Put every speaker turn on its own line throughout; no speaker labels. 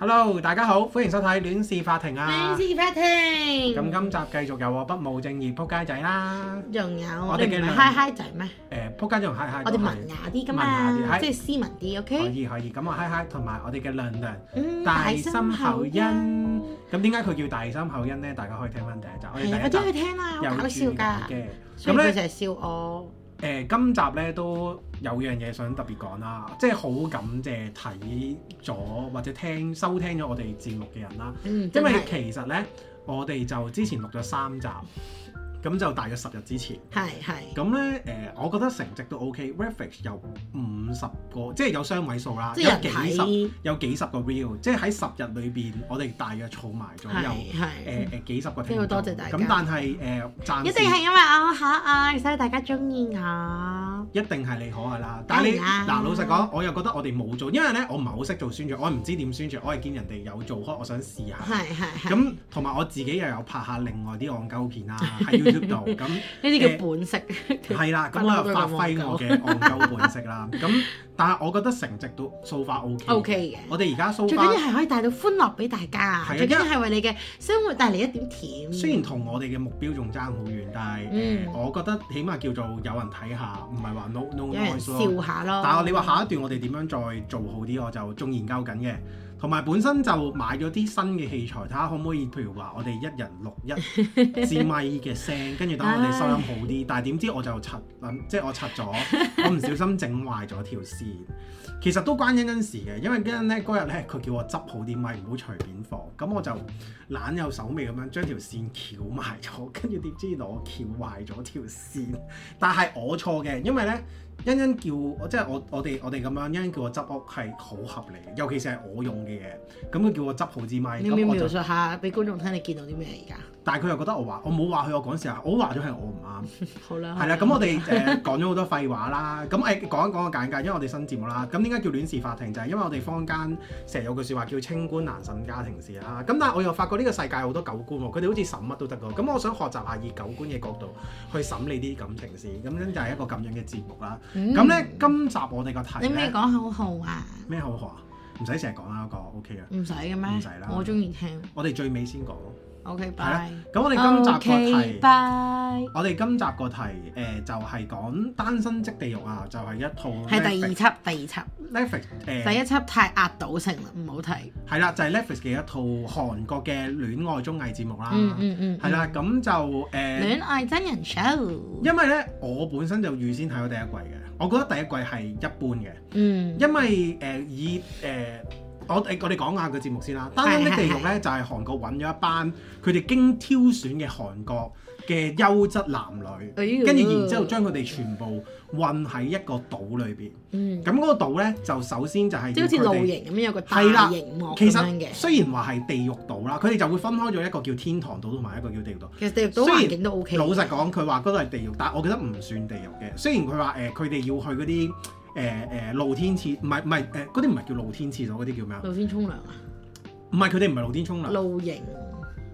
Hello，大家好，歡迎收睇《戀事法庭》啊！
Nancy
咁
Pating，
今集繼續有我不務正業撲街仔啦，
仲有
我
我
哋嘅
哋唔係
兩
嗨嗨仔咩？
誒撲街仲嗨嗨，
我哋文雅啲噶
文雅啲
嘛，
係
即係斯文啲
可
，OK？Ừ,
以可以，咁我嗨嗨同埋我哋嘅亮亮
嗯，
大心
心
口
音
音，咁點解佢叫大心口音咧？大家可以聽翻第一集，我
係啊
哋第
我都
一
去
集
聽啦，好
有
搞笑
注意
㗎。
嘅，
所以
咁
佢
咧
就係笑我，
誒今集咧都有樣嘢想特別講啦，即係好感謝睇咗或者聽收聽咗我哋節目嘅人啦。
嗯，
因
真
為
係
其實咧，我哋就之前錄咗三集，咁就大約十日之前。
係係，
咁咧誒，我覺得成績都 OK。Reference 有五十個，即係有雙位數啦，
即
有
係人
幾十
睇
有幾十個 real，即係喺十日裏邊，我哋大約儲埋咗有
係
誒
係，
誒幾十個聽眾。
呢個多謝大家
咁但係誒暫時
一定係因為我可愛，所以大家中意我。
一定係你可愛啦。但係你
梗係啦
嗱老實講，我又覺得我哋冇做，因為咧我唔係好識做宣傳，我唔知點宣傳，我係見人哋有做開，我想試下。
係係係，
咁同埋我自己又有拍下另外啲戇鳩片啦，喺 YouTube 度咁
呢啲叫本色。
係啦，咁
不嬲
我
都
又
係
發
咁
揮
戇鳩
我嘅戇鳩本色啦。咁但係我覺得成績都 so far OK 嘅。
OK 嘅
我哋而家 so
最緊要
far
係可以帶到歡樂俾大家
係啊，
最緊要係為你嘅生活帶嚟一點甜。
雖然同我哋嘅目標仲爭好遠，但係
嗯
誒我覺得起碼叫做有人睇下，唔係話 no no
有人
noise 咯。
笑下咯。
但係你話下一段我哋點樣再做好啲，我就仲研究緊嘅。同埋本身就買咗啲新嘅器材，睇下可唔可以，譬如話我哋一人錄一支咪嘅聲，跟住等我哋收音好啲。但係點知我就拆諗，即係我拆咗，我唔小心整壞咗條線。其實都關欣欣事嘅，因為欣欣咧嗰日咧佢叫我執好啲咪，唔好隨便放。咁我就懶有手尾咁樣將條線翹埋咗，跟住點知我翹壞咗條線。但係我錯嘅，因為咧。欣欣叫我即係我我哋我哋咁樣，欣欣叫我執屋係好合理，尤其是係我用嘅嘢。咁佢叫我執好支咪，
你要唔要
咁我
描
就
述下俾觀眾聽你見到啲咩而家？
但係佢又覺得我話我冇話佢，我講時候我話咗係我唔啱，
好啦，
係啦。咁我哋誒講咗好多廢話啦。咁誒講一講個簡介，因為我哋新節目啦。咁點解叫亂事法庭就係、因為我哋坊間成日有句説話叫清官難審家庭事啦。咁但係我又發覺呢個世界好多狗官喎，佢哋好似審乜都得㗎。咁我想學習下以狗官嘅角度去審理啲感情事，咁樣就係一個咁樣嘅節目啦。咁
咁
咧、，今集我哋個題
嗯你
咧
咩。講口號啊？
咩口號啊？唔使成日講啦，嗰個 OK 啊。
唔使嘅咩？
唔使啦
我中意聽。
我哋最尾先講。
OK，
係啦
拜。
咁我哋今集個
哦 OK，
題，
拜。
我哋今集個題誒、就係講單身即地獄啊，就係、一套
係第二輯，第二輯，
Netflix 誒、啊
第一輯太壓倒性啦，唔好睇。
係啦，就係、Netflix 嘅一套韓國嘅戀愛綜藝節目啦。
嗯嗯嗯，
係啦，咁就誒，
戀愛真人 show。
因為咧我本身就預先睇咗第一季嘅，我覺得第一季係一般嘅，
嗯，
因為誒、以誒。我哋我哋講下個節目先啦，《單身的地獄》咧就係韓國揾咗一班佢哋經挑選嘅韓國嘅優質男女，
哎呦
跟住然之後將佢哋全部運喺一個島裏邊。
嗯，
咁嗰個島咧就首先就係
即係好似
要佢
露
哋
營咁樣有個大
係啦
熒幕咁
其
樣
實
嘅。
雖然話係地獄島啦，佢哋就會分開咗一個叫天堂島同埋一個叫地獄島。
其實地獄島
雖然
環境都 OK。
老實講，佢話嗰度係地獄，但我覺得唔算地獄嘅。雖然佢話誒佢哋要去嗰啲誒誒露天廁，唔係唔係誒嗰啲唔係叫露天廁所，嗰啲叫咩啊？
露天沖涼啊，
唔係佢哋唔係露天沖涼。
露營。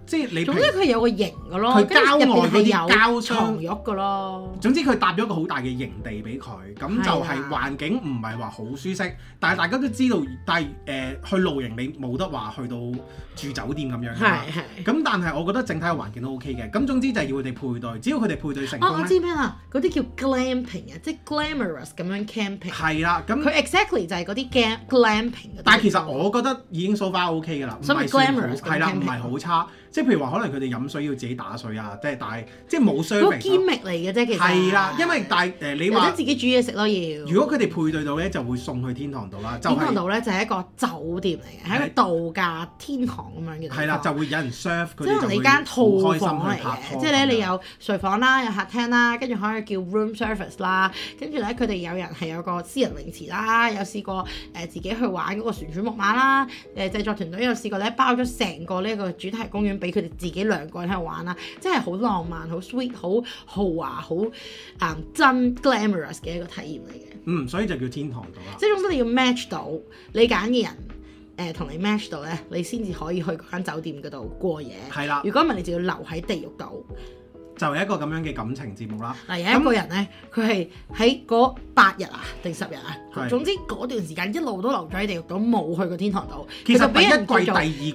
即係你
總
平
之佢有個營嘅咯，
佢
跟住入邊係
郊外嗰啲膠
有
箱
床褥嘅咯。
總之佢搭咗一個好大嘅營地俾佢，咁就
係啊
係
啦
環境唔係話好舒適，但係大家都知道，但係誒、呃去露營你冇得話去到住酒店咁樣㗎嘛
係係。
咁但係我覺得整體嘅環境都 OK 嘅，咁總之就係要佢哋配對，只要佢哋配對成
哦，我
功啊咧，
知咩啦，嗰啲叫 glamping 啊，即係 glamorous 咁樣 camping。
係啦、咁
佢 exactly 就係嗰啲 gam- glamping 嗰啲
但係其實我覺得已經 so far OK 㗎啦，唔
所以
係算好
glamorous 咁
係啦，唔
camping
係好差。即係譬如話，可能佢哋飲水要自己打水啊，即係但係即係冇
嗰個
service 咯。
gimmick 嚟嘅啫，其實
係啦，因為但係誒你
或者
話
自己煮嘢食咯要。
如果佢哋配對到咧，就會送去天堂度啦，就
天
係、
堂島咧就係一個酒店嚟嘅，係一個度假天堂咁樣嘅地方。
係啦，就會有人 serve 佢
即
哋
係
就會
你間套
好開
房
心
嚟
去拍拖
嘅，即係咧
咁樣
你有睡房啦，有客廳啦，跟住可以叫 room service 啦，跟住咧佢哋有人係有個私人泳池啦，有試過誒、呃自己去玩嗰個旋轉木馬啦，誒、呃製作團隊有試過咧包咗成個呢個主題公園俾佢哋自己兩個人喺度玩啦，即係好浪漫、好 sweet、好豪華、好啊、真 glamorous 嘅一個體驗嚟嘅。
嗯，所以就叫天堂島啦。
即係總之你要 match 到你揀嘅人誒呃同、你 match 到咧，你先至可以去嗰間酒店嗰度過夜。
係啦，
如果唔係，你就要留喺地獄度。
就係一個咁樣嘅感情節目啦。
嗱，有一個人咧，佢係喺嗰八日啊，定十日啊，
係
總之嗰段時間一路都留咗喺地獄島，冇去過天堂島，
其
佢就
實第
俾
一
人叫做
季、第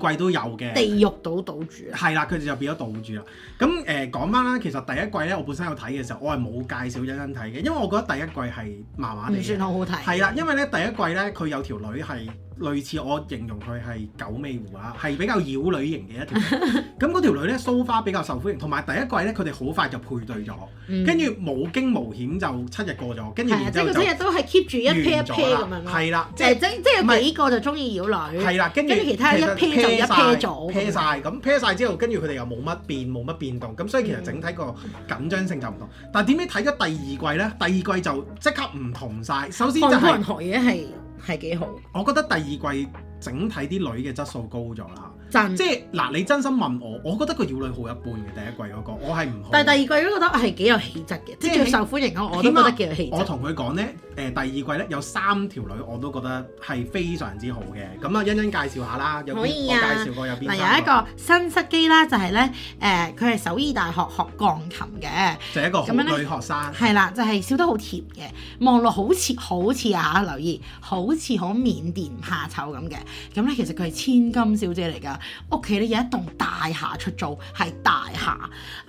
二季都有嘅。
地獄島島主啊。
係啦，佢哋就變咗倒住啦。咁誒、呃、講翻啦，其實第一季咧，我本身有睇嘅時候，我係冇介紹欣欣睇嘅，因為我覺得第一季係麻麻地
唔
嘅
嗯算。好好睇，
係啦，因為咧第一季咧，佢有條女係類似我形容佢係九尾狐啦，係比較妖女型嘅一條 女。咁嗰條女咧蘇花比較受歡迎，同埋第一季咧佢哋好快就配對咗，
嗯
跟住無驚無險就七日過咗，跟住
係啊，
然之後
即係佢
就
聽日都係 keep 住一
完
pair 一
咗
pair 咁樣
啦。
咯。
係啦，即
誒，
係
即即係有幾個就中意妖女，
係啦，跟住
跟住其他一 pair 就一 pair 咗
pair 曬咁 pair 曬之後，跟住佢哋又冇乜變，冇乜變動，咁所以
嗯
其實整體個緊張性就唔同。但係點解睇咗第二季咧？第二季就即刻唔同晒。首先就
韓國
係、
人學嘢係係幾好，
我覺得第二季整體啲女嘅質素高咗啦，
真
即。係嗱，你真心問我，我覺得個妖女好一般嘅第一季嗰、個，我係唔好。
但係第二季都覺得係幾有氣質嘅，即係
即係
最受歡迎嗰啊個我都覺得幾有氣
我
質。
同佢講呢，誒、第二季呢，有三條女我都覺得係非常之好嘅，咁啊欣欣介紹下啦，有邊
可以啊
我介紹過有邊
嗱
三
有一個新室基啦，就係咧誒，佢係首爾大學學鋼琴嘅，
就係一個好
咁樣呢
女學生，
係啦，就係笑得好甜嘅，望落好似好似啊，留意好似好緬甸怕醜咁嘅。咁咧其實佢係千金小姐嚟㗎，屋企咧有一棟大廈出租，係大廈。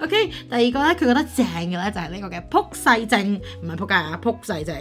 OK，第二個咧佢覺得正嘅咧就係呢個嘅撲世正，唔係撲街啊，撲世正，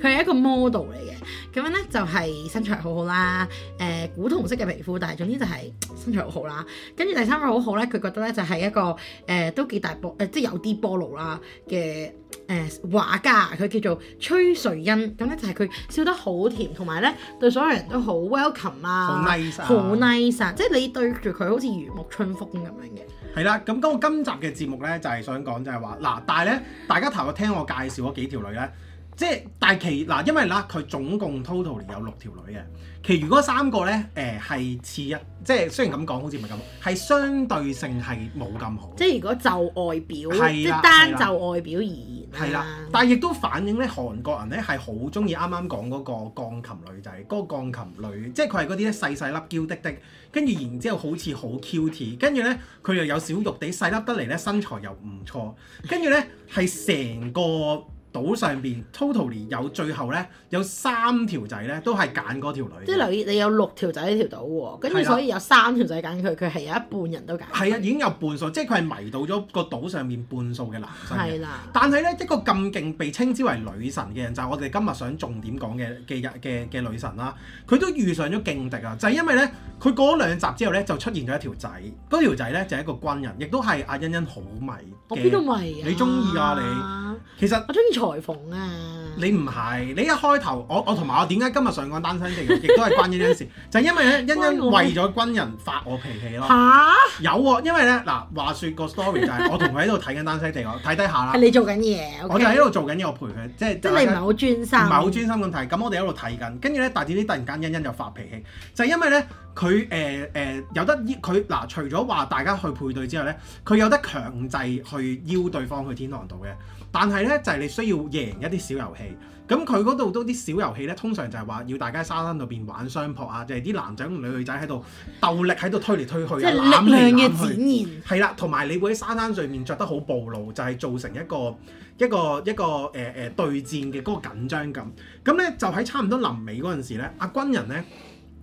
佢係一個 model 嚟嘅。咁樣咧就係、身材好好啦，誒、古銅色嘅皮膚，但係總之就係身材好好啦。跟住第三個好好咧，佢覺得咧就係一個誒、都幾大波誒、即係有啲波路啦嘅誒畫家，佢叫做崔瑞恩。咁咧就係佢笑得好甜，同埋咧對所有人都好 welcome
好
啊，
nice 啊，
好 nice 啊！即係你對住佢好似如沐春風咁樣嘅。
係啦，咁咁我今集嘅節目呢，就係、想講就係話嗱，但係呢，大家頭日聽我介紹嗰幾條女呢，即係但係其嗱，因為啦，佢總共 total 有六條女嘅，其餘嗰三個呢，誒、係似一，即係雖然咁講好似唔係咁好，係相對性係冇咁好，
即係如果就外表，即
係
係
啦
單
係啦
就外表而言啊
係啦，但係亦都反映呢，韓國人呢係好中意啱啱講嗰個鋼琴女仔，嗰、個鋼琴女，即係佢係嗰啲咧細細粒嬌滴滴，跟住然之後好似好 cute，跟住呢，佢又有小肉地細粒得嚟呢，身材又唔錯，跟住呢，係成個島上邊 totally 有最後呢，有三條仔呢都係揀嗰條女
即
嘅。
係留意，你有六條仔呢條島喎，跟住
係啦
所以有三條仔揀佢，佢係有一半人都揀佢。
係啊，已經有半數，即係佢係迷到咗個島上面半數嘅男生嘅。
係啦，
但係咧，一個咁勁被稱之為女神嘅人，就係、我哋今日想重點講嘅嘅人嘅嘅女神啦。佢都遇上咗勁敵啊！就係、因為咧，佢過咗兩集之後咧，就出現咗一條仔。嗰條仔咧就係、一個軍人，亦都係阿欣欣好迷
我邊度
嘅。
迷啊？
你中意啊
你？
其實
我中意裁縫啊！
你唔係，你一開頭我我同埋我點解今日想講單身地獄，亦都係關欣 欣事，就係因為咧欣
關
欣
我
為咗軍人發我脾氣咯。
吓？
有喎、因為咧嗱，話説個 story 就係我同佢喺度睇緊單身地獄，睇低下啦
係。你做緊嘢，
我就喺度做緊嘢，我陪佢，即係
即係你唔係好專心，唔
唔係好專心咁
嗯
睇，咁我哋喺度睇緊，跟住咧，但係點知突然間欣欣就發脾氣，就係、因為咧佢誒誒有得佢嗱，除咗話大家去配對之後咧，佢有得強制去邀對方去天堂島嘅，但係咧就係、你需要贏一啲小遊戲。咁佢嗰度都啲小遊戲咧，通常就係話要大家喺沙灘度邊玩相撲啊，就係、啲男仔同女仔喺度鬥力喺度推嚟推去
即
啊，
係
攬嚟
力量嘅
攬去
展。現。
係啦，同埋你會喺沙灘上面着得好暴露，就係、造成一個一個一個誒誒、呃、對戰嘅嗰個緊張感。咁咧就喺差唔多臨尾嗰陣時咧，阿軍人咧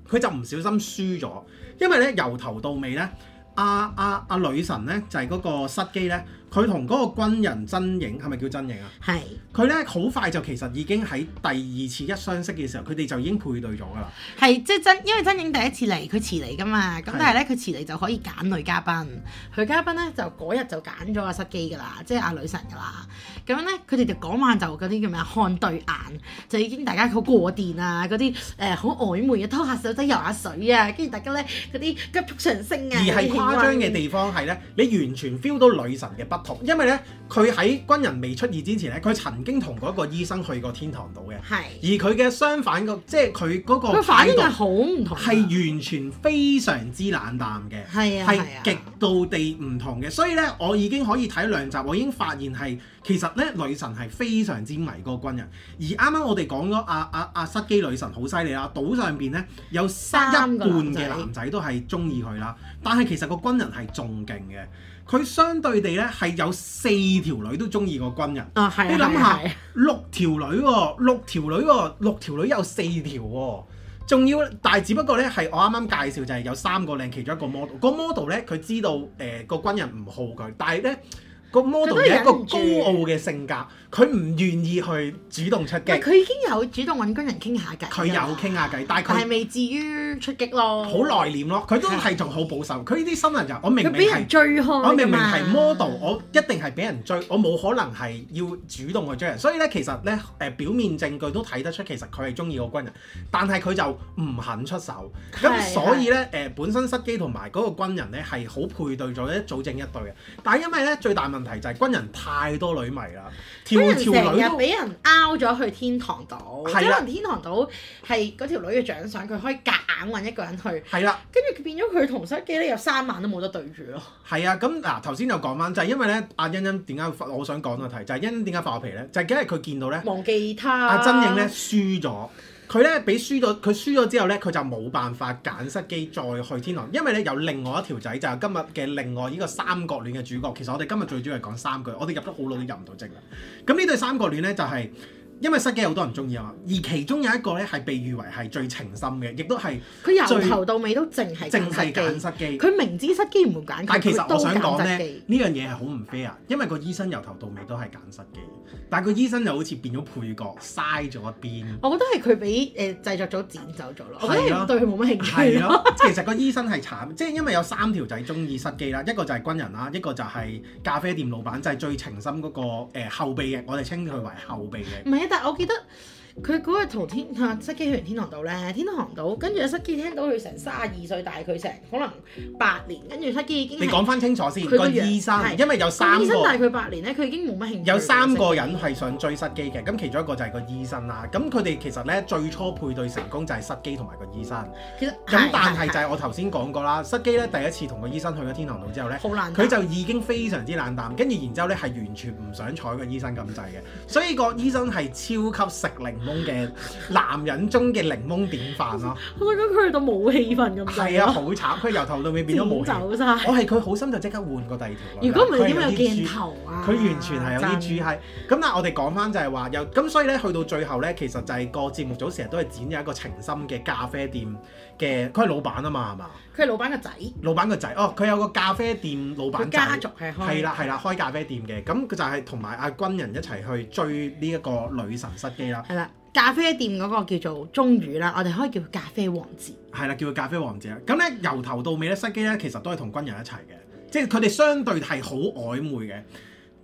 佢就唔小心輸咗，因為咧由頭到尾咧。阿阿阿女神咧就係、嗰個失機咧，佢同嗰個軍人真影係咪叫真影啊？
係，
佢咧好快就其實已經喺第二次一相識嘅時候，佢哋就已經配對咗㗎啦。
係即係真，因為真影第一次嚟，佢遲嚟噶嘛，咁
係
但係咧佢遲嚟就可以揀女嘉賓，女嘉賓咧就嗰日就揀咗阿失基噶啦，即係阿女神噶啦，咁樣咧佢哋就嗰晚就嗰啲叫咩啊看對眼，就已經大家好過電啊，嗰啲誒好曖昧啊，拖下手仔游下水啊，跟住大家咧嗰啲急速上升啊，
而係誇張嘅地方係咧，你完全 feel 到女神嘅不同，因為咧佢喺軍人未出現之前咧，佢曾經同嗰個醫生去過天堂島嘅，
係，
而佢嘅相反個即係佢嗰個
佢反應啊
態
係好唔
度
同㗎，
係完全非常之冷淡嘅。
係
係
啊係
極
啊，
度地唔同嘅，所以咧，我已經可以睇兩集，我已經發現係其實咧，女神係非常之迷個軍人。而啱啱我哋講咗阿阿阿失基女神好犀利啦，島上邊咧有三
三
一
個
半
男仔
嘅男仔都係中意佢啦，但係其實個軍人係仲勁嘅。佢相對地咧係有四條女都中意個軍人。
啊係啊，
你諗
係
下
啊係啊，
六條女喎、六條女喎、六條女有四條喎、仲要，但係只不過咧係我啱啱介紹就係有三個靚，其中一個 model。個 model 咧佢知道誒個、軍人唔好佢，但係咧個 model 有一個高傲嘅性格，佢唔願意去主動出
但
擊，
佢已經有主動揾軍人傾下偈，
佢有，傾下偈，但係
但係
佢
未至於出擊咯。
好內斂咯，佢都係仲好保守。佢呢啲新人就我明
佢
明
俾
係
人。追開㗎嘛
我明明係 model，我一定係俾人追，我冇可能係要主動去追人。所以咧，其實咧，誒、表面證據都睇得出，其實佢係中意個軍人，但係佢就唔肯出手。咁
係
所以咧，誒、本身失機同埋嗰個軍人咧係好配對咗一組正一對嘅。但係因為咧最大問題就係軍人太多女迷啦，跳
嗰人
跳女
成日
都
俾人拗咗去天堂島，
係啦
即係可能天堂島係嗰條女嘅獎賞，佢可以夾硬揾一個人去，
係啦。
跟住佢變咗佢同失機咧有三晚都冇得對住咯。
係啊，咁嗱頭先就講翻，就係、因為咧阿欣欣點解發我想講個題，就係、欣欣點解發我脾咧，就係、因為啊佢見到咧。
忘記他。
阿曾影
啊
咧輸咗，佢咧俾輸咗，佢輸咗之後咧，佢就冇辦法揀失機再去天堂，因為咧有另外一條仔就係今日嘅另外呢個三角戀嘅主角。其實我哋今日最主要係講三句，我哋入得好耐都入唔到精啦。咁呢對三角戀咧就係、因為失機好多人中意啊嘛，而其中有一個咧係被譽為係最情深嘅，亦都係
佢由
最
頭到尾都淨係
淨係
揀
揀
失機，
失機。
佢明知失機唔會揀佢，
但係其實
佢
我
都
想講
揀
咧，
失
呢
機。
樣嘢係好唔 fair，因為啊個醫生由頭到尾都係揀失機，但係個醫生就好似變咗配角，嘥咗一邊。
我覺得係佢俾誒呃製作組剪走咗咯，我覺
係
得
咯
係對佢冇乜興趣
係
咯。
咯，其實個醫生係慘，即係因為有三條仔中意失機啦，一個就係軍人啦，一個就係咖啡店老闆，就係、最情深嗰、個誒、呃、後備嘅，我哋稱佢為後備嘅。
唔係啊，但係我記得佢嗰日同天啊失機去完天堂島咧，天堂島跟住阿失機聽到佢成三十二歲，大佢成可能八年，跟住失機已經
你
係
講翻清楚先，
佢個
個
樣
醫生，
係
因為有三
個醫生大
個。
佢八年咧，佢已經冇乜興趣。
有三個人係想追失機嘅，咁其中一個就係個醫生啦。咁佢哋其實咧最初配對成功就係失機同埋個醫生。
其實
咁但係就係我頭先講過啦，失機咧第一次同個醫生去咗天堂島之後咧，
好難打
佢就已經非常之冷淡，跟住然之後咧係完全唔想睬個醫生咁滯嘅，所以個醫生係超級食檸檬嘅男人中嘅檸檬典範咯，
我覺得佢去到冇氣氛咁
係啊，好慘，佢由頭到尾變咗冇
剪
氣。
走晒。
我係佢好心就即刻換個第二條女
如
啦。
果唔係
佢
點會有
啲
鏡
豬
頭啊？
佢完全係有啲豬閪，咁但係我哋講翻就係話有，咁所以咧去到最後咧，其實就係個節目組成日都係剪有一個情深嘅咖啡店嘅，佢係老闆啊嘛，係嘛？
佢係老闆個仔，
老闆個仔，哦，佢有個咖啡店老闆仔，
佢家族係開
係啦係啦，開咖啡店嘅，咁佢就係同埋阿軍人一齊去追呢一個女神失機啦，
係啦。咖啡店嗰個叫做鐘乳啦，我哋可以叫佢咖啡王子。
係啦，叫佢咖啡王子啦。咁咧由頭到尾咧，失機咧其實都係同軍人一齊嘅，即係佢哋相對係好曖昧嘅。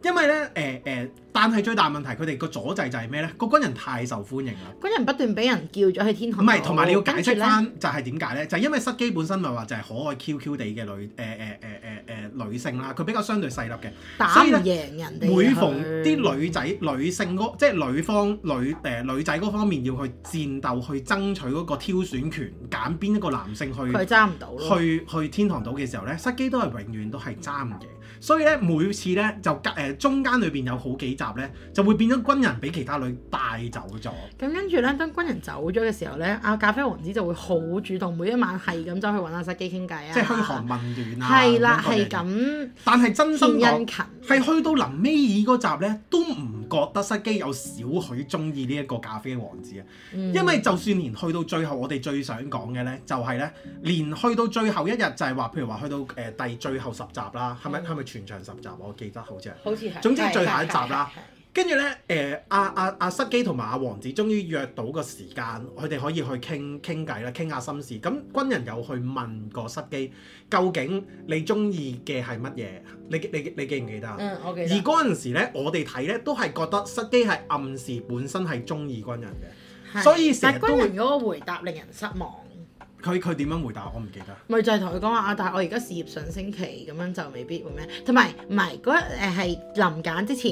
因為咧，誒、誒、但係最大問題，佢哋個阻滯就係咩咧？個軍人太受歡迎啦。
嗰人不斷俾人叫咗去天
唔
堂島，
係，同埋你要解
哦跟住
釋
咧
翻就係點解咧？就係、因為失機本身咪話就係可愛 Q Q 地嘅女誒誒誒誒誒女性啦，佢比較相對細粒嘅。
打唔贏人哋。啊
每逢啲女仔女性嗰即係女方女誒、呃女仔嗰方面要去戰鬥去爭取嗰個挑選權，揀邊一個男性去
佢揸唔到咯，
去去天堂島嘅時候咧，失機都係永遠都係爭嘅。所以咧每次咧就隔誒、呃中間裏邊有好幾集咧，就會變咗軍人俾其他女帶走咗。
咁跟住咧，當軍人走咗嘅時候咧，阿咖啡王子就會好主動，每一晚係咁走去揾阿失基傾偈啊，
即係噓寒問暖啊！
係啦，
咁樣嗰樣嘢。
係咁
但係真心
獻
講
殷，勤，
係去到臨尾二嗰集咧，都唔覺得失機有少許中意呢一個咖啡王子啊。
嗯
因為就算連去到最後，我哋最想講嘅呢，就係呢，連去到最後一日就係話，譬如話去到誒、呃第最後十集啦，係咪
嗯
係咪全場十集？啊我記得好似係。
好似係。
總之最後一集啦
係。係係係
跟住呢，誒阿阿阿失基同埋阿王子終於約到個時間，佢哋可以去傾傾偈啦，傾下心事。咁軍人有去問過失基，究竟你中意嘅係乜嘢？你你你記唔記得啊？
嗯，我記
而
得。
嗰陣時咧，我哋睇咧都係覺得失機係暗示本身係中意軍人嘅。
係
所以成
但
日
係
都會
軍人嗰個回答令人失望，
佢佢點樣回答我唔記得。
咪就係同佢講話啊！但係我而家事業上升期，咁樣就未必會咩。同埋唔係嗰日誒係臨揀之前，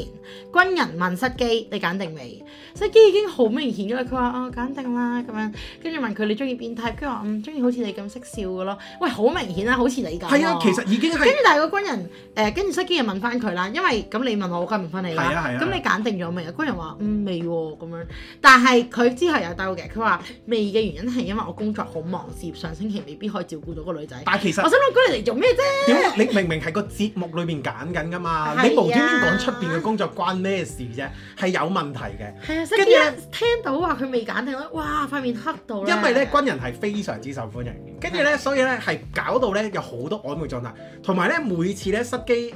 軍人問失機你揀定未？失機已經好明顯㗎啦，佢話啊揀定啦咁樣，跟住問佢你中意邊 type，跟住話嗯中意好似你咁識笑嘅咯。喂，好明顯啦，好似你咁。
係啊，其。實已經
跟
係
住但係個軍人誒，跟住失機又問翻佢啦，因為咁你問我，我梗係問翻你
係啊係啊
啦。咁你揀定咗未啊？軍人話嗯嗯未喎咁樣，但係佢之後有兜嘅，佢話未嘅原因係因為我工作好忙，事事業上升期未必可以照顧到個女仔。
但係其
我
實
心諗佢哋嚟做咩啫？
點啊解你明明係個節目裏邊揀緊㗎嘛？
係
你無端端
啊
講出邊嘅工作關咩事啫？係有問題嘅。
係啊，識
跟住
啲人聽到啊話佢未揀定咧，哇塊面黑到
因為咧軍人係非常之受歡迎，跟住咧所以咧係搞到咧有好多曖昧狀態，同埋咧每次咧失機誒誒誒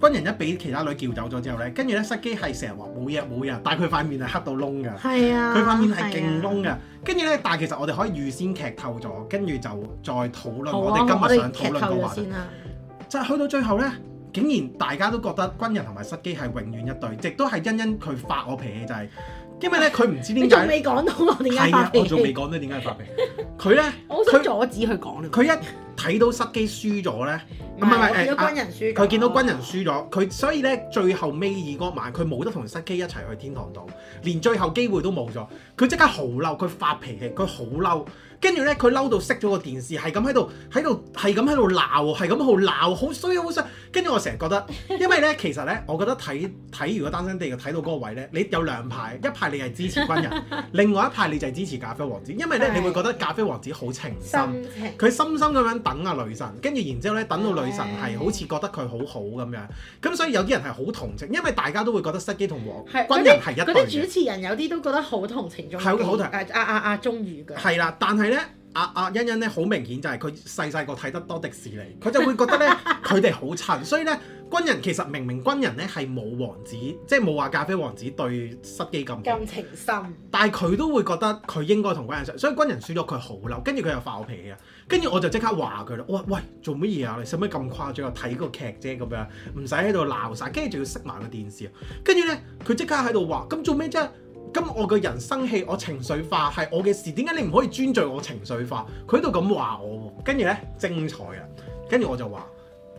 軍人一俾其他女叫走咗之後咧，跟住咧失機係成日話冇嘢冇嘢，但係佢塊面係黑到窿㗎，
係啊，
佢塊面係勁
係啊
窿㗎，跟住咧但係其實我哋可以預先劇透咗，跟住就再討論
好
我
啊，
哋今日想
劇
討
透
論嘅話
咗
題
先。啦。
就係去到最後咧，竟然大家都覺得軍人同埋失機係永遠一對，亦都係因因佢發我脾氣就係、因為咧佢唔知
你
點
仲
解。
未講到我點解
係
發
啊，
脾
我仲未
氣？
講到點解發脾氣。佢咧，
我好想
佢
阻止佢講呢個
佢一睇到失機輸咗咧，唔
唔
係唔係
係，我見
誒啊
到軍人輸咗。
佢見到軍人輸咗，佢所以咧最後尾二嗰晚，佢冇得同失機一齊去天堂島，連最後機會都冇咗。佢即刻好嬲，佢發脾氣，佢好嬲。跟住咧，佢嬲到熄咗個電視，係咁喺度，喺度，係咁喺度鬧，係咁喺度鬧，好衰好衰。跟住我成日覺得，因為咧，其實咧，我覺得睇睇如果單身地獄睇到嗰個位咧，你有兩派，一派你係支持軍人， 另外一派你就係支持咖啡王子，因為咧你
係
會覺得咖啡王子好情深。
心情
佢深深咁樣等啊女神，跟住然之後咧等到女神係好似覺得佢好好咁樣，咁所以有啲人係好同情，因為大家都會覺得失機同王
係
軍人係一
嗰
對
啲主
嘅，
持人有啲都覺得好同情中
係好同
啊啊啊啊中意㗎。
係啦。但係咧，阿阿欣欣咧好明顯就係佢細細個睇得多迪士尼，佢就會覺得咧佢哋好襯，所以咧軍人其實明明軍人咧係冇王子，即係冇話咖啡王子對失機咁好。
咁情深，
但係佢都會覺得佢應該同軍人上，所以軍人輸咗佢好嬲，跟住佢又發我脾氣啊，跟住我就即刻話佢啦，我話喂做乜嘢啊？你使乜咁誇張啊？睇個劇啫咁樣，唔使喺度鬧晒，跟住仲要熄埋個電視啊，跟住咧佢即刻喺度話咁做咩啫？咁我個人生氣，我情緒化係我嘅事，點解你唔可以尊重我情緒化？佢喺度咁話我喎，跟住咧精彩啊！跟住我就話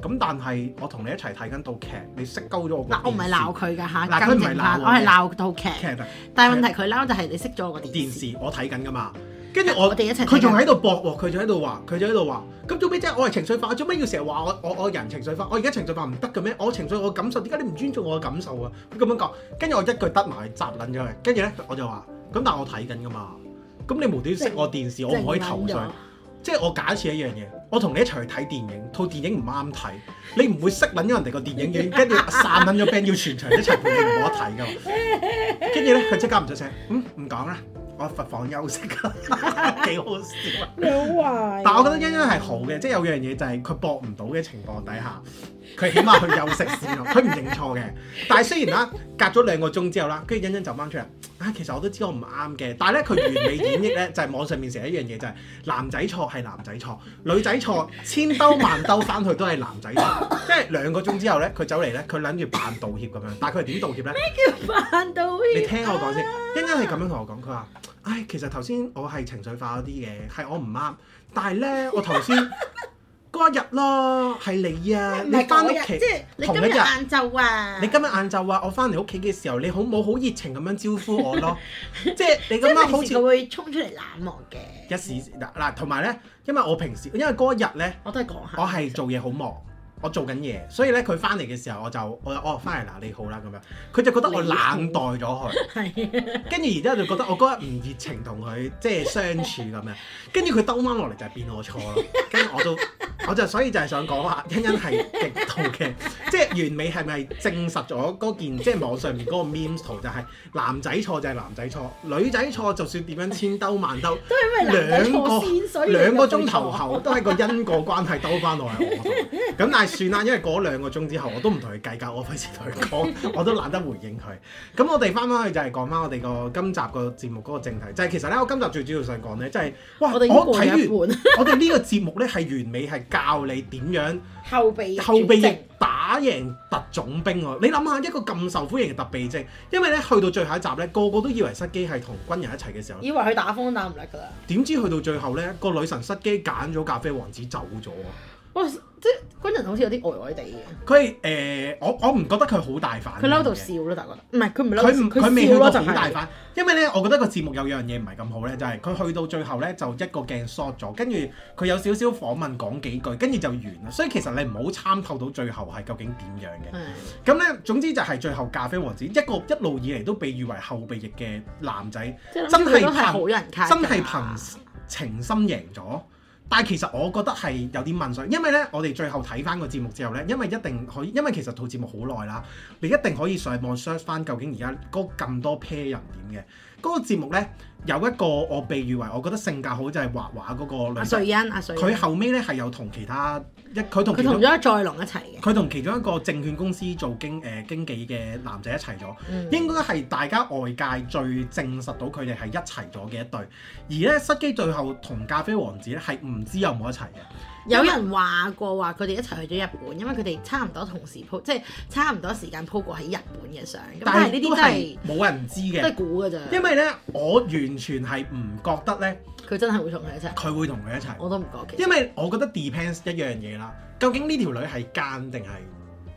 咁，但係我同你一齊睇緊套劇，你熄鳩咗我個
嗱我唔係
電視
鬧佢㗎嚇，
嗱佢唔係
更正
鬧
翻，
我
我係鬧套劇。
劇啊！
但係問題佢嬲就係你熄咗我個電
電
視。
視我睇緊噶嘛，跟住我
我哋一齊睇緊
佢仲喺度搏喎，佢仲喺度話，佢仲喺度話，咁做咩啫？我係情緒化，做咩要成日話我我我人情緒化？我而家情緒化唔得嘅咩？我情緒我感受，點解你唔尊重我嘅感受啊？佢咁樣講，跟住我一句得埋佢雜撚咗佢，跟住咧我就話，咁但係我睇緊噶嘛，咁你無端端熄我電視，我唔可以投
靜
訴
撚咗。
即係我假設一樣嘢，我同你一齊去睇電影，套電影唔啱睇，你唔會識撚咗人哋個電影院，跟住散撚咗 band 要全場一齊陪你冇得睇噶嘛。跟住咧，佢即刻唔出聲，嗯唔講啦，我佛房休息啦， 幾好笑啊！
你好壞
但我覺得欣欣係好嘅，即係有樣嘢就係佢搏唔到嘅情況底下，佢起碼去休息先 咯。佢唔認錯嘅，但係雖然啦，隔咗兩個鐘之後啦，跟住欣欣就翻出嚟，啊其實我都知我唔啱嘅，但係咧佢完美演繹咧就係、網上面成一樣嘢就係、男仔錯係男仔錯，女仔錯千兜萬兜翻去都係男仔錯，即係兩個鐘之後咧佢走嚟咧佢諗住扮道歉咁樣，但係佢係點道歉咧？
扮到
你聽我講先，
啊
欣欣係咁樣同我講，佢話：唉，其實頭先我係情緒化嗰啲嘅，係我唔啱。但係咧，我頭 先嗰一日咯，係你啊，
唔
你
係
翻
嗰
屋
日，
企
即，係你今
同
日
一日
晏晝啊，
你今日晏晝啊，我翻嚟屋企嘅時候，你好冇好熱情咁樣招呼我 咯，即係你
即
咁
係
樣
平
好
時佢
似
會衝出嚟冷漠嘅，
一時嗱嗱，同埋咧，因為我平時因為嗰一日咧。
我都係講下。
我係做嘢好忙，我做緊嘢，所以咧佢翻嚟嘅時候我就我哦翻嚟啦，你好啦咁樣，佢就覺得我冷待咗佢，跟住然之後就覺得我嗰日唔熱情同佢即係相處咁樣，跟住佢兜翻落嚟就係變我錯咯，跟住我都 我就所以就係想講話欣欣係極度嘅，即係完美係咪證實咗嗰件即係網上面嗰個 memes 圖就係男仔錯就係男仔錯，女仔錯就算點樣千兜萬兜。
都係因為男仔錯先，所以
兩個鐘頭後都係個因果關係兜翻落嚟我度， 咁但係算啦，因為嗰兩個鐘之後我都唔同佢計較，我費事同佢 講，我都懶得回應佢。咁我哋翻返去就係講翻我哋個今集個節目嗰個正題，就係、其實咧，我今集最主要想講咧，就係、哇，
我
我
哋已經過咗
睇完，
一半，
我哋呢個節目咧係完美係教你點樣。
後備
後備
轉
役
正
打贏特種兵喎！你諗下一個咁受歡迎嘅特備兵，因為咧去到最後一集咧，個個都以為失機係同軍人一齊嘅時候，
以為佢打風打唔甩㗎啦。
點知去到最後咧，個女神失機揀咗咖啡王子走咗啊！
哇！即係軍人好似有啲呆呆地嘅，
佢係誒，我我唔覺得佢好大反應嘅，
佢嬲到笑咯，但係覺得唔係佢唔嬲到
佢
笑，
唔佢未去
笑
到
咯
好
就
大
係。
反，因為咧，我覺得個節目有樣嘢唔係咁好咧，就係、佢去到最後咧就一個鏡 short 咗，跟住佢有少少訪問講幾句，跟住就完啦。所以其實你唔好參透到最後係究竟點樣嘅。
係
咁咧，總之就係最後咖啡王子一個一路以嚟都被譽為後備役嘅男仔，
即係諗
真
住佢
係
都係
憑
好人卡，
真係憑啊情深贏咗。但係其實我覺得係有啲問水，因為咧我哋最後睇翻個節目之後咧，因為一定可以，因為其實套節目好耐啦，你一定可以上網 search 翻究竟而家嗰咁多 pair 人點嘅。嗰、個節目咧有一個我被譽為我覺得性格好就係畫畫嗰個
阿
女仔
瑞欣，阿瑞
佢
欣，
後尾咧係有同其他一佢同
啊佢
其中
同咗再龍一齊嘅，
佢同其中一個證券公司做經誒、呃、經紀嘅男仔一齊咗，
嗯
應該係大家外界最證實到佢哋係一齊咗嘅一對。而咧失基最後同咖啡王子咧係唔知有冇一齊嘅，
有人話過話佢哋一齊去咗日本，因為佢哋差唔多同時 po，即係差唔多時間 po 過喺日本嘅相。咁但係呢
都
啲真係
冇人知
都係
嘅，
估㗎咋，
因為咧我完全係唔覺得咧
佢真係會同佢一齊，
佢會同佢一齊，
我都唔覺其實。
因為我覺得 depends 一樣嘢啦，究竟呢條女係奸定係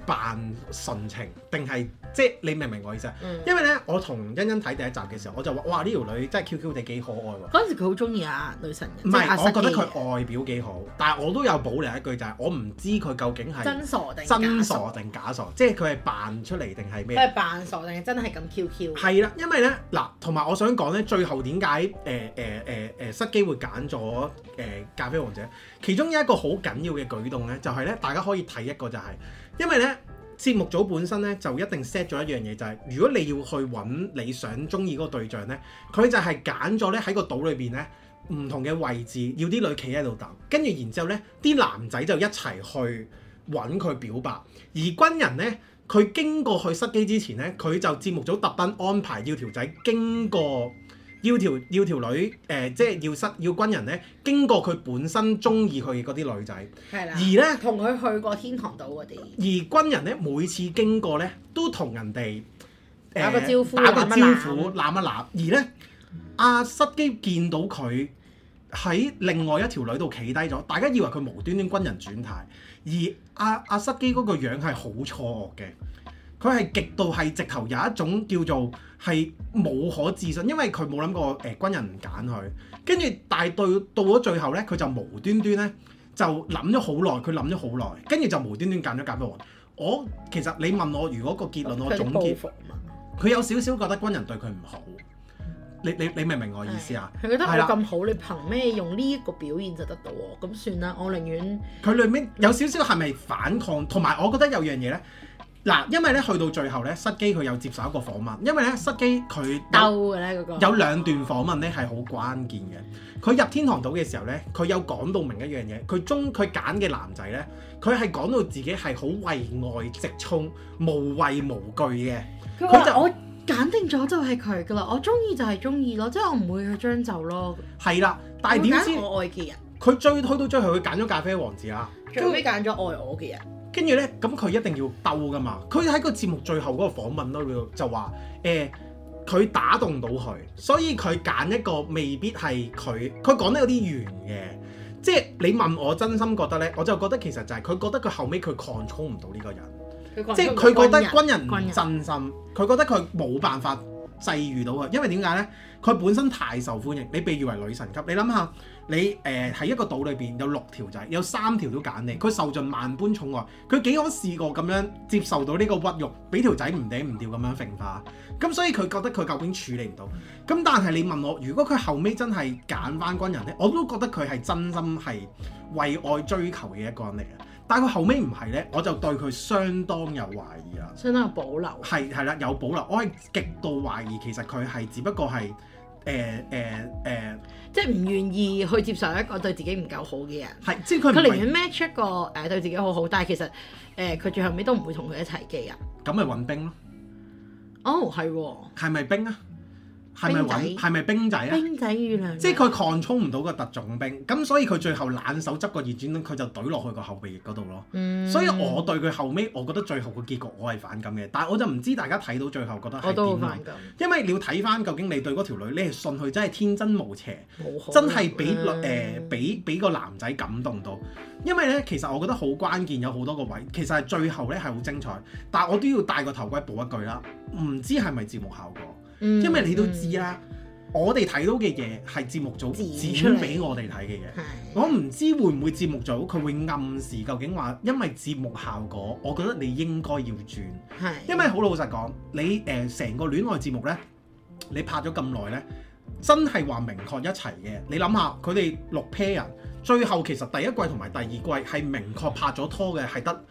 扮純情，定係即係你明唔明我意思啊？
嗯
因為咧，我同欣欣睇第一集嘅時候，我就話：哇，呢條女真係 Q Q 地幾可愛喎！
嗰陣時佢好中意阿女神嘅，
唔
即係阿
係，我
失
覺得
基嘅
佢外表幾好，但係我都有保留一句就係、我唔知佢究竟係
真傻定
真
假
傻定假傻，即係佢係扮出嚟定係
佢
咩？
係扮傻定係真係咁 Q Q？
係啦，因為咧嗱，同埋我想講咧，最後點解誒誒誒誒失機會揀咗誒咖啡王者？其中有一個好緊要嘅舉動咧，就係、咧大家可以睇一個就係、因為咧節目組本身咧就一定 set 咗一樣嘢，就係、如果你要去揾你想中意嗰個對象咧，佢就係揀咗咧喺個島裏邊咧。唔同嘅位置，要啲女企喺度等，跟住然之後咧，啲男仔就一齊去揾佢表白。而軍人咧，佢經過去失機之前咧，佢就節目組特登安排要條仔經過，要條要條女誒、呃即係要失要軍人咧經過佢本身中意佢嘅嗰啲女仔，
係啦
而。咧
同佢去過天堂島嗰啲，
而軍人咧每次經過咧都同人哋呃
打個招呼
打個
攬
招
一攬
呼攬一攬，而咧阿失機見到佢。喺另外一條女度企低咗，大家以為佢無端端軍人轉態，而阿阿失基嗰個樣係好錯愕嘅，佢係極度係直頭有一種叫做係冇可置信，因為佢冇諗過誒、呃、軍人唔揀佢，跟住但係對到咗最後咧，佢就無端端咧就諗咗好耐，佢諗咗好耐，跟住就無端端揀咗甲飛王。我其實你問我，如果個結論我
佢
總
啲
結
報，復嘛，
佢有少少覺得軍人對佢唔好，你你你明唔明我意思啊？
係佢覺得我
係啦
咁好，你憑咩用呢一個表現就得到我？咁算啦，我寧願
佢裏面有少少係咪反抗，同埋我覺得有樣嘢咧，嗱，因為咧去到最後咧，失基佢有接受一個訪問，因為咧失基佢有
兜嘅咧嗰個。
有兩段訪問咧係好關鍵嘅。佢入天堂島嘅時候咧，佢有講到明一樣嘢，佢中佢揀嘅男仔咧，佢係講到自己係好為愛直衝、無畏無懼嘅。
佢
佢就
話我揀定咗就係佢噶啦，我中意就係中意咯，即係我唔會去將就咯。
係啦，但係點
我揀
知
我愛嘅人，
佢最推到最後，佢揀咗咖啡王子啊啦。
最尾揀咗愛我嘅人，
跟住咧，咁佢一定要鬥噶嘛。佢喺個節目最後嗰個訪問嗰度就話：誒、佢打動到佢，所以佢揀一個未必係佢。佢講得有啲圓嘅，即係你問我真心覺得咧，我就覺得其實就係佢覺得佢後尾佢 control 唔到呢個人，即係佢覺得軍人唔真心，佢覺得佢冇辦法際遇到啊佢，因為點解咧？佢本身太受歡迎，你被譽為女神級。你諗下，你誒喺、一個島裏邊有六條仔，有三條都揀你，佢受盡萬般寵愛，佢幾可試過咁樣接受到呢個屈辱，俾條仔唔嗲唔吊咁樣揈化。咁所以佢覺得佢究竟處理唔到。咁但係你問我，如果佢後尾真係揀翻軍人咧，我都覺得佢係真心係為愛追求嘅一個人嚟嘅。但係佢後尾唔係咧，我就對佢相當有懷疑啊啦。
相當有保留。
係係啦，有保留。我係極度懷疑，其實佢係只不過係呃誒誒誒，
即係唔願意去接受一個對自己唔夠好嘅人。
係即係佢
佢
唔
寧
係
願 match 一個誒、呃、對自己好好，但係其實誒佢、最後尾都唔會同佢一齊嘅人。
咁咪揾兵咯？
哦，係喎，
係咪兵啊？係咪
兵仔
揾係咪兵仔啊？
冰仔與亮。
即係佢 control 唔到個特種兵，咁所以佢最後懶手執個熱轉燈，佢就懟落去個後備翼嗰度咯。
嗯
所以我對佢後尾，我覺得最後個結局我係反感嘅，但係我就唔知大家睇到最後覺得
我
係啊
都好
點啦
反。感，
因為你要睇翻究竟你對嗰條女，你係信佢真係天真無邪，
冇可能嗯
真係俾
啦
誒俾俾個男仔感動到，因為咧其實我覺得好關鍵，有好多個位，其實係最後咧係好精彩，但係我都要戴個頭盔補一句啦，唔知係咪節目效果，
嗯
因為你都知啊啦，我哋睇到嘅嘢係節目組
剪
剪俾我哋睇嘅嘢。
係
我唔知會唔會節目組佢會暗示究竟話，因為節目效果，我覺得你應該要轉，
係
呃因為好老實講，你誒成、個戀愛節目呢，你拍咗咁耐呢，真係話明確一齊嘅，你諗下佢哋六 pair 人，最後其實第一季同埋第二季係明確拍咗拖嘅，係得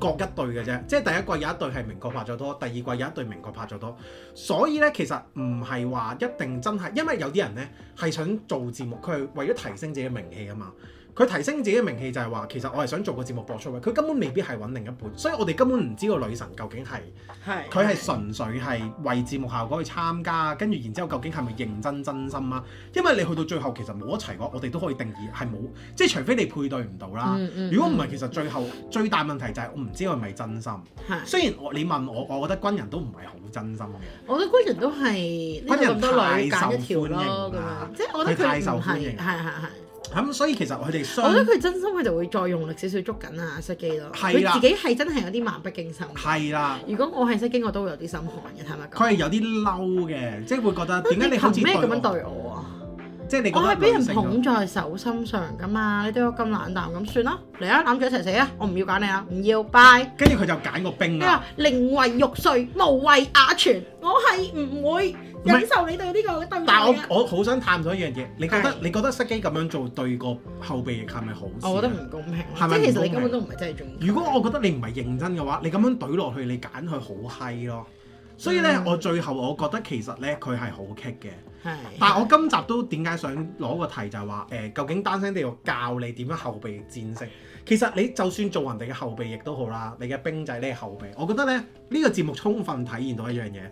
各一對嘅啫。即係第一季有一對係明確拍咗拖，第二季有一對明確拍咗拖。所以咧，其實唔係話一定真係，因為有啲人咧係想做節目，佢係為咗提升自己嘅名氣啊嘛。佢提升自己嘅名氣就係話，其實我係想做個節目播出位，佢根本未必係揾另一半，所以我哋根本唔知個女神究竟係。
係
佢係純粹係為節目效果去參加，跟住然之後究竟係咪認真真心啊？因為你去到最後其實冇一齊過，我哋都可以定義係冇，即係除非你配對唔到啦。
嗯嗯
啊如果唔係，其實最後最大問題就係我唔知佢係咪真心。
係，
雖然我你問我，我覺得軍人都唔係好真心嘅。
我覺得軍人都係呢
軍
度
人
咁多女
太
揀一條
受歡
咯，
迎
咁
啦
樣即係我覺得
佢太
佢
受
唔
歡
係係
迎
係係。
咁所以其實佢哋
我
相
覺得佢真心佢就會再用力少少捉緊啊，失機咯。佢
係啦
自己係真係有啲漫不經心。
係啦，
如果我係失機，我都會有啲心寒嘅，坦白講。
佢係有啲嬲嘅，即係會覺得點解你好似
憑咩
對
咁樣
我，
對我啊？
即係你覺
我
得
係俾
女
人
性啊
捧在手心上噶嘛，你對我咁冷淡，咁算啦，嚟啊攬住一齊死啊！我唔要揀你啊，唔要拜。
跟住佢就揀個啊兵
你
啦。
話寧為玉碎，無為瓦全，我係唔會忍受你對呢個對
但
待
係
啊！
我我好想探索一樣嘢，你覺得
係
你覺得失機咁樣做對個後備役係咪好事啊？
我覺得唔公平，即
係咪
係其實你
唔公平
根本都唔係真係中意。
如果我覺得你唔係認真嘅話，你咁樣懟落去，你揀佢好閪咯。所以咧，
嗯
我最後我覺得其實咧佢係好棘嘅。
係，
但係我今集都點解想攞個題就係話誒，究竟單聲地獄教你點樣後備戰勝？其實你就算做人哋嘅後備亦都好啦，你嘅兵仔你係後備，我覺得咧呢、呢個節目充分體現到一樣嘢，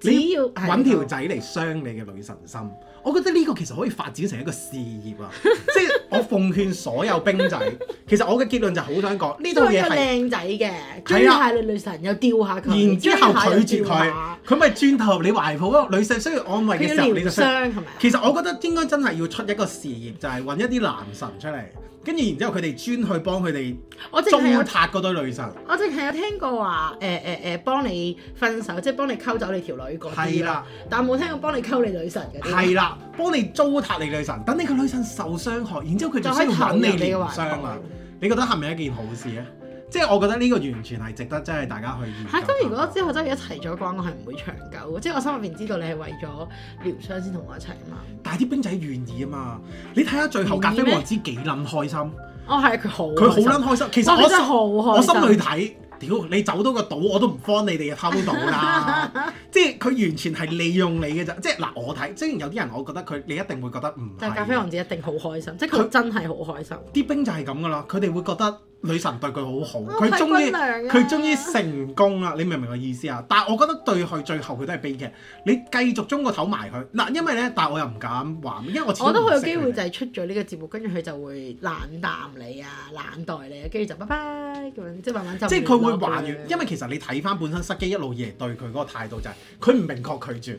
只
你
要
揾條仔嚟傷你嘅女神心。我覺得呢個其實可以發展成一個事業 啊！即係我奉勸所有兵仔，其實我嘅結論就好想講呢
呢
套
度
嘢係。
靚仔嘅，追
係啊
下你女神又吊下佢，
然之後拒絕
追
佢
下又吊下，
佢咪轉頭你懷抱嗰個女性需要安慰嘅
啊佢
時候，
要
你就
療
出。
傷係咪啊？
其實我覺得應該真係要出一個事業，就係揾一啲男神出嚟，跟住然之後佢哋專去幫佢哋
我淨
糟
係有啊
蹋嗰堆女神。
我淨係有聽過話誒誒誒幫你分手，即係幫你溝走你條女嗰啲
係
啦，
啦，
但冇聽過幫你溝你女神嗰啲。
係啦，幫你糟蹋你女神，等你個女神受傷害，然之後佢
就
仲
可
需
以
要
投
揾
入
你
你嘅
療
懷
傷
抱
啦。。你覺得係咪一件好事啊？即係我覺得呢個完全係值得，真係大家去研究
嚇！
下。
咁如果之後真係一齊咗嘅話，我係唔會長久嘅，即係我心入邊知道你係為咗療傷先同我一齊啊嘛。
但係啲兵仔願意啊嘛，你睇下最後咖啡
願意咩
王子幾撚開心，
哦，係佢好開心，
啊佢好撚開心。其實
哇
我
佢真係好
我
開
心
心，
裏睇，屌你走到個島，我都唔慌你哋嘅偷渡 啦！即係佢完全係利用你嘅咋，即係嗱我睇，雖然有啲人我覺得佢你一定會覺得唔
但係咖啡
係，
王子一定好開心，即係佢
佢
真係好開心。
啲兵就係咁噶啦，佢哋會覺得女神對佢好好，
啊
佢
太
終於
君良啦
佢終於成功啦，你明唔明我意思啊？但係我覺得對佢最後佢都係悲劇，你繼續中個頭埋佢嗱，因為咧，但係我又唔敢話，因為我始終
我覺得
唔
佢有
識
機
佢
會
哋
就係出咗呢個節目，跟住佢就會冷淡你啊，冷待你啊，跟住就拜拜咁樣，即係慢慢就
即係佢會
還
還原，因為其實你睇翻本身失機一路以嚟對佢嗰個態度就係佢唔明確拒絕。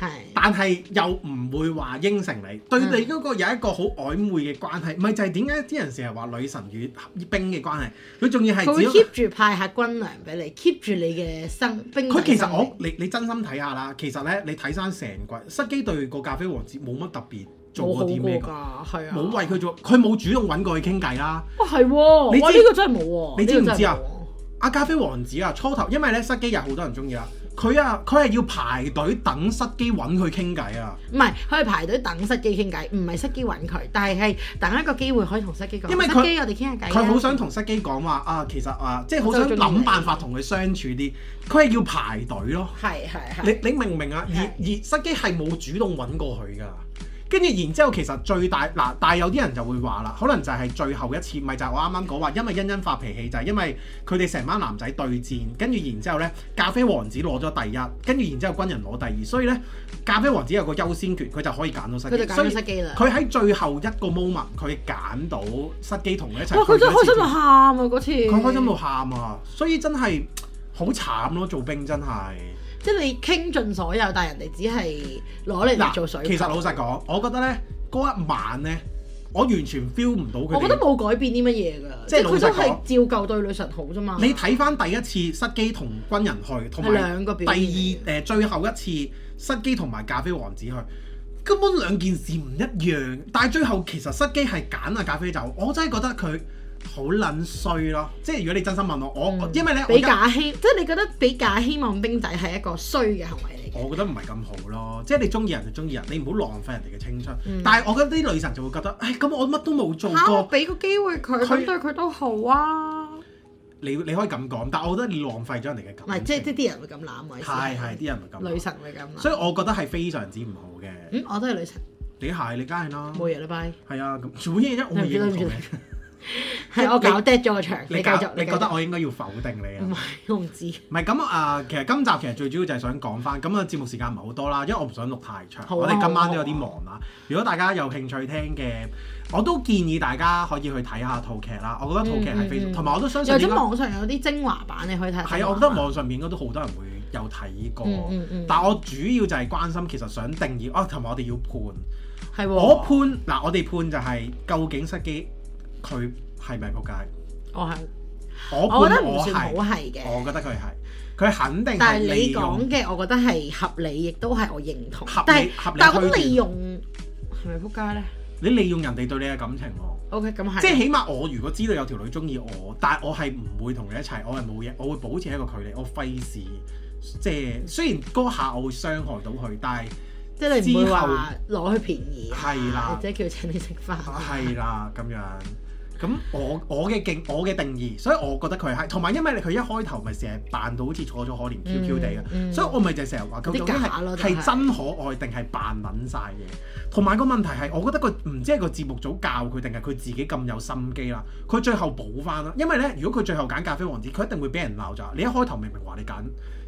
係
但係又唔會話應承你，
嗯
對你嗰個有一個好曖昧嘅關係，咪就係點解啲人成日話女神與兵嘅關係，佢仲要
佢
係只
會
要
keep 住派下軍糧俾你，keep 住你嘅生兵。
佢其實我你你真心睇下啦，其實咧你睇翻成季失機對個咖啡王子冇乜特別做
冇好
過啲咩
過㗎，
㗎，
係啊，
冇為佢做，佢冇主動揾過佢傾偈啦。
哇係喎，
你
哇
知
呢個真係冇喎，
你知唔知啊
呢個真係冇喎？
阿咖啡王子啊，初頭因為咧失機有好多人中意啦，佢啊佢係要排隊等失機揾佢傾偈啊。
唔係，佢係排隊等失機傾偈，唔係失機揾佢，但係係等一個機會可以同失機講。
因為佢
失機，我哋傾下偈啊。
佢好想同失機講話啊，其實啊，即係好
我
想
就中意你
諗辦法同佢相處啲。佢係要排隊咯，
係係
你
係，
你明唔明啊？而而失機係冇主動揾過佢㗎。跟住然之後，其實最大嗱，但係有啲人就會話啦，可能就係最後一次，咪就係我啱啱講話，因為欣欣發脾氣就係因為佢哋成班男仔對戰，跟住然之後呢，咖啡王子攞咗第一，跟住然之後軍人攞第二，所以呢，咖啡王子有個優先權，佢就可以揀到失
佢就
機。
揀
所以
咗失機啦。
佢喺最後一個 moment，佢揀到失機同佢一齊。
哇！佢真係開心到喊啊！嗰次
佢開心到喊啊！所以真係好慘咯，做兵真係。
即係你傾盡所有，但係人哋只係攞你嚟做水。
其實老實講，我覺得咧嗰一晚咧，我完全 feel 唔到佢哋。
我覺得冇改變啲乜嘢㗎，
即
即
係
係佢都
老
係照舊對女神好啫嘛。
你睇翻第一次失機同軍人去，同
係
埋
兩個
第
表
二
現
誒、呃最後一次失機同埋咖啡王子去，根本兩件事唔一樣。但係最後其實失機係揀啊咖啡酒，我真係覺得佢好撚衰咯。即係如果
嗯
你真心問我，我、我因為咧我
俾
一
假希，即係你覺得俾假希望兵仔係一個衰嘅行為嚟嘅。
我覺得唔係咁好咯，即係你中意人就中意人，你唔好浪費人哋嘅青春。
嗯
但係我覺得啲女神就會覺得，唉，咁我乜都冇做
嚇！我
過，
俾個機會佢，
佢
咁對佢都好啊。
你你可以咁講，但係我覺得你浪費咗人哋嘅感
唔係，即係
情。
即係啲人會咁攬位先。
係係啲人咪咁
女
諗，
神啊會咁
所
攬。
以我覺得係非常之唔好嘅。
嗯，我都係女神，
你係你梗係啦，
冇嘢啦，拜。
係啊，咁做乜嘢啫？我冇嘢唔同嘅。即係
係我
你
搞 dead 咗個場，你
你
繼
搞
續。
你
繼
覺得
續
我應該要否定你啊
唔？係，我唔知。
唔係咁啊，其實今集其實最主要就係想講翻，咁啊節目時間唔係好多啦，因為我唔想錄太長，
好
我
啊
哋今晚都
好
有
啊
啲忙啦。如果大家有興趣聽嘅，我都建議大家可以去睇下套劇啦。我覺得套劇係非
嗯嗯
常，
嗯
同埋我都相信
有
應
啲
該
網上有啲精華版你可以睇。
係啊，我覺得網上面應該都好多人會有睇過。
嗯嗯嗯
但係我主要就係關心，其實想定義啊，同埋我哋要判。
係喎。
我判嗱，我哋判就係究竟失機佢係咪仆街？
我係，
我
我覺
判
得唔
我
算好
係，
係嘅。
我覺得佢係，佢肯定係
但係
利
你
用
講嘅，我覺得係合理，亦都係我認同。
合
但係
理合理
但係我覺得
推斷
利用係咪撲街咧
你利用人哋對你嘅感情喎，
？OK，咁係。
即係起碼我如果知道有條女中意我，但係我係唔會同你一齊，我係冇嘢，我會保持一個距離，我費事即係雖然嗰下我會傷害到佢，但係
即係你唔會
之後
話攞佢便宜啊，
係啦
或者叫請你食飯。
啊係啦咁樣。咁我我嘅定我嘅定義，所以我覺得佢係同埋，因為佢一開頭咪成日扮到好似楚楚可憐 Q Q 地嘅，
嗯嗯
所以我咪就成日話究竟
啲假
係
咯真係
係真可愛定係扮撚晒嘢？同埋個問題係，我覺得個唔知係個節目組教佢定係佢自己咁有心機啦。佢最後補翻啦，因為咧，如果佢最後揀咖啡王子，佢一定會俾人鬧咋。你一開頭明明話你揀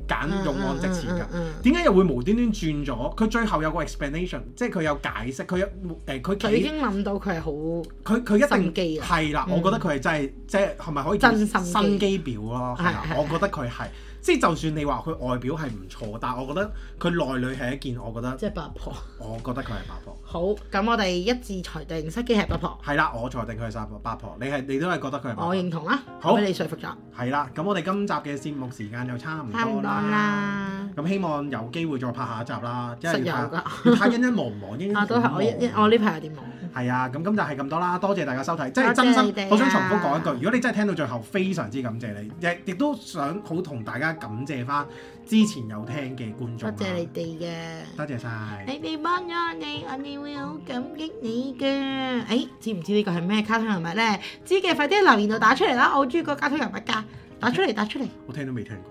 揀用按值錢㗎。
嗯，
點解又會無端端轉咗？佢最後有個 explanation，即係佢有解釋，佢有誒佢
就已
企
經諗到嗯佢係好
佢佢一
心
定
機啊
係啦，我
嗯
覺得佢係真係即係係咪可以
真
叫
心機
新機表咯？係啦
係係，
我覺得佢係即係就算你話佢外表係唔錯，但係我覺得佢內裏係一件，我覺得
即係八婆。
我覺得佢係八婆。
好，咁我哋一致裁定失機係八婆，
係啦，我裁定佢係八婆，八婆你係你都係覺得佢係八
我
婆。
認同啦，
好
我俾你說服咗，
係啦，咁我哋今集嘅節目時間又差唔
差
多
唔多
啦。
啦。
咁希望有機會再拍下一集啦，因
實
為
有
要
㗎
睇，要睇欣欣忙唔忙，欣欣
啊，都係
好
我一
忙
我呢排有啲忙。
係啊，咁咁就係咁多啦，多謝大家收睇，即
多
係
謝
真
你哋
心
啊
好想重複講一句，如果你真係聽到最後，非常之感謝你，亦亦都想好同大家感謝翻之前有聽嘅觀眾
多
啊，
謝你哋嘅，
多謝晒。
你哋幫咗我哋，我哋會好感激你嘅。誒、知唔知呢個係咩卡通人物呢？知嘅快啲留言度打出嚟啦！我好中意個卡通人物㗎，打出嚟，打出嚟。
我聽都未聽過，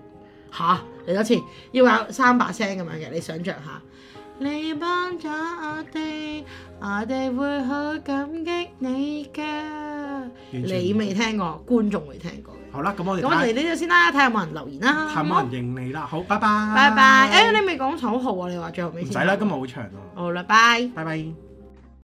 吓，嚟多次，要有三把聲咁樣嘅，你想象下。你幫咗我哋，我哋會好感激你噶。
完
你
全
未聽過，觀眾未聽過嘅。
好啦，咁我哋
咁我哋
睇
呢度先啦，睇下有冇人留言啦。哎
下有冇人應你啦，好，拜拜，
拜拜。誒、你未講口號啊？你話最後尾
唔
先。
使啦，今日好長啊，
好啦，拜。
拜拜。